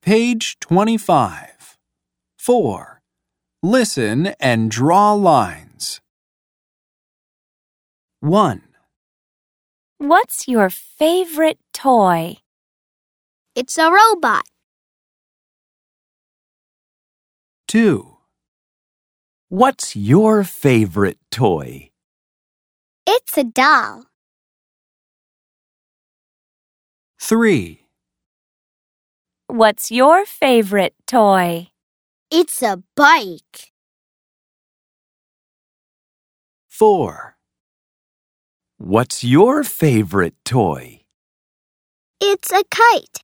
Page 25. 4. Listen and draw lines. 1, What's your favorite toy? It's a robot. 2, What's your favorite toy? It's a doll. 3, What's your favorite toy? It's a bike. 4, What's your favorite toy? It's a kite.